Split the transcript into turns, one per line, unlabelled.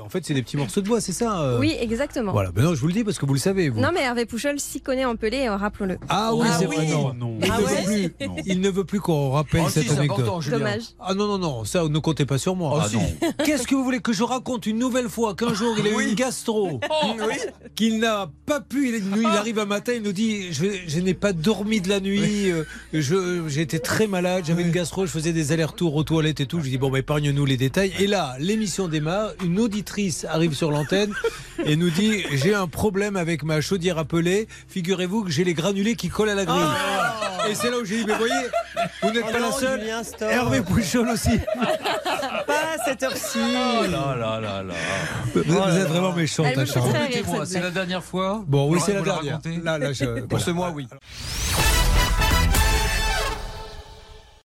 En fait, c'est des petits morceaux de bois, c'est ça euh
Oui, exactement.
Voilà, ben non, je vous le dis parce que vous le savez. Vous.
Non, mais Hervé Pouchol s'y connaît en pelé, euh, rappelons-le.
Ah oui,
Ah
c'est
oui.
vrai, non.
non.
Il,
Ah
ne
ouais
veut plus,
Non.
il ne veut plus qu'on rappelle
Oh, si,
cette
c'est
anecdote.
important, Julien.
Dommage.
Ah non, non, non, ça, ne comptez pas sur moi.
Ah non.
Qu'est-ce que vous voulez que je raconte une nouvelle fois qu'un jour il a eu une gastro Qu'il n'a pas pu, il, nous, il arrive un matin, il nous dit Je, je n'ai pas dormi de la nuit, euh, je- j'ai été très malade, j'avais une gastro, je faisais des allers-retours aux toilettes et tout. Je dis Bon, bah, épargne-nous les détails. Et là, l'émission démarre, une auditrice arrive sur l'antenne et nous dit J'ai un problème avec ma chaudière à pelée, figurez-vous que j'ai les granulés qui collent à la grille. et c'est là où j'ai dit Mais voyez, vous n'êtes pas la seule.
Ah. Oh Julien, stop.
Hervé Pouchol aussi.
Pas à cette heure-ci.
Oh là là là là.
Vous, vous êtes vraiment méchant,
Elle me fait
Charles.
très rire, cette
Écoutez-moi, c'est
blague.
la dernière fois.
Bon, oui,
Vous
c'est la
me
dernière.
racontez
Là, là, je- voilà.
Pour ce mois, oui.